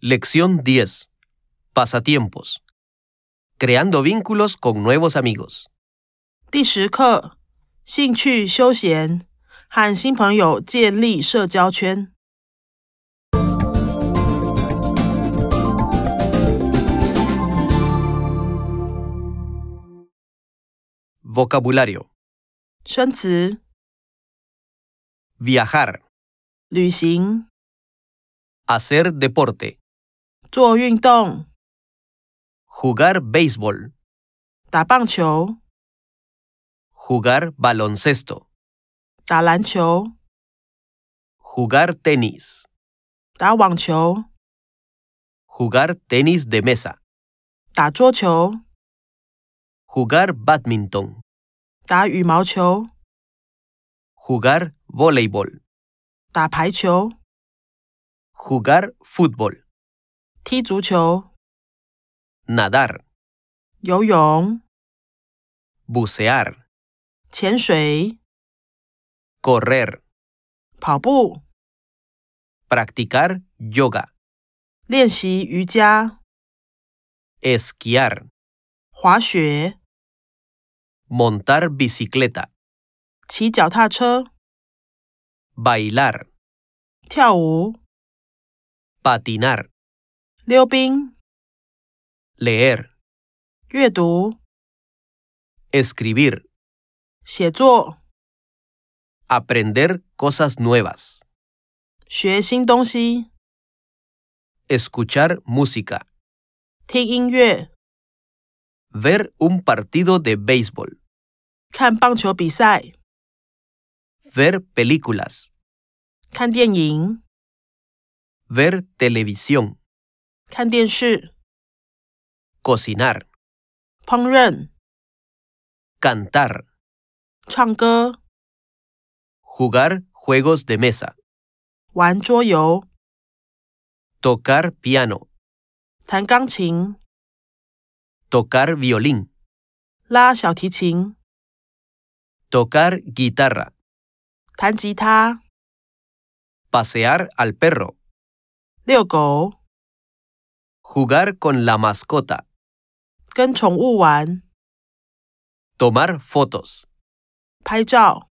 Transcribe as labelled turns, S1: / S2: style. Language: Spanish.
S1: Lección 10. Pasatiempos. Creando vínculos con nuevos amigos.
S2: 第十课：兴趣休闲和新朋友建立社交圈。
S1: Vocabulario.
S2: 生词：
S1: Viajar.
S2: 旅行、
S1: Hacer deporte.
S2: 做运动、
S1: Jugar béisbol.
S2: 打棒球、
S1: Jugar baloncesto.
S2: 打篮球、
S1: Jugar tenis.
S2: 打网球、
S1: Jugar tenis de mesa.
S2: 打桌球、
S1: Jugar badminton.
S2: 打羽毛球、
S1: Jugar voleibol.
S2: 打排球、
S1: Jugar fútbol.
S2: 踢足球、
S1: Nadar.
S2: 游泳、
S1: Bucear.
S2: 潜水、
S1: Correr.
S2: 跑步、
S1: Practicar yoga.
S2: 练习瑜伽、
S1: Esquiar.
S2: 滑雪、
S1: Montar bicicleta.
S2: 骑脚踏车、
S1: Bailar.
S2: 跳舞、
S1: Patinar.
S2: 溜冰、
S1: Leer.
S2: 阅读、
S1: Escribir.
S2: 写作。
S1: Aprender cosas nuevas.
S2: 学新东西，
S1: Escuchar música.
S2: 听音乐，
S1: Ver un partido de béisbol.
S2: 看棒球比赛，
S1: Ver películas.
S2: 看电影，
S1: Ver televisión.
S2: 看电视，
S1: Cocinar.
S2: 烹饪，
S1: Cantar.
S2: 唱歌，
S1: Jugar juegos de mesa.
S2: 玩桌游，
S1: Tocar piano.
S2: 弹钢琴，
S1: Tocar violín.
S2: 拉小提琴，
S1: Tocar guitarra.
S2: 弹吉他，
S1: Pasear al perro.
S2: 遛狗，
S1: Jugar con la mascota.
S2: 跟宠物玩，
S1: Tomar fotos.
S2: 拍照。